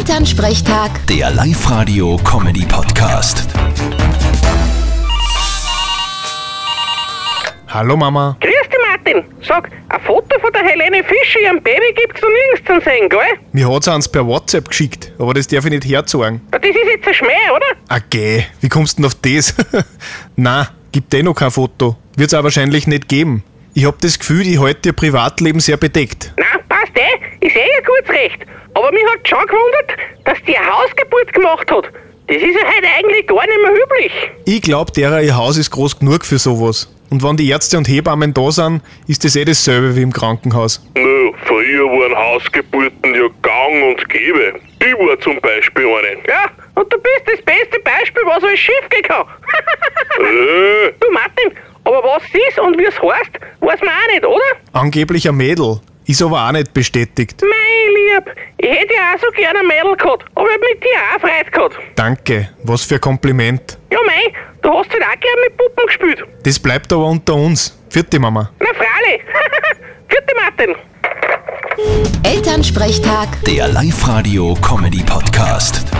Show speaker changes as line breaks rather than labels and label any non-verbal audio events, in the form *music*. Elternsprechtag,
Der Live-Radio-Comedy-Podcast.
Hallo Mama.
Grüß dich, Martin. Sag, ein Foto von der Helene Fischer, ihrem Baby, gibt's noch nirgends zum Sehen, gell?
Mir hat's eins per WhatsApp geschickt, aber das darf ich nicht herzogen.
Ja, Das ist jetzt ein Schmäh, oder?
Ah, geh, wie kommst denn auf das? *laughs* Na, gibt eh noch kein Foto. Wird's auch wahrscheinlich nicht geben. Ich hab das Gefühl, ich halte ihr Privatleben sehr bedeckt.
Na, passt eh, ist eh ihr gutes Recht. Aber mich hat schon gewundert, dass die eine Hausgeburt gemacht hat. Das ist ja heute eigentlich gar nicht mehr üblich.
Ich glaub, derer ihr Haus ist groß genug für sowas. Und wenn die Ärzte und Hebammen da sind, ist das eh dasselbe wie im Krankenhaus.
Nö, früher waren Hausgeburten ja gang und gäbe. Ich war zum Beispiel eine.
Ja, und du bist das beste Beispiel, was alles schief kann. *laughs*
Äh,
du, Martin, aber was es ist und wie es heißt, weiß man auch nicht, oder?
Angeblich ein Mädel. Ist aber auch nicht bestätigt.
Mein Lieb, ich hätte ja auch so gerne ein Mädel gehabt, aber ich hab mit dir auch Freude gehabt.
Danke, was für ein Kompliment.
Ja, mei, du hast halt auch gern mit Puppen gespielt.
Das bleibt aber unter uns. Vierte Mama.
Na, Frale. *laughs* Vierte Martin.
Elternsprechtag.
Der Live-Radio-Comedy-Podcast.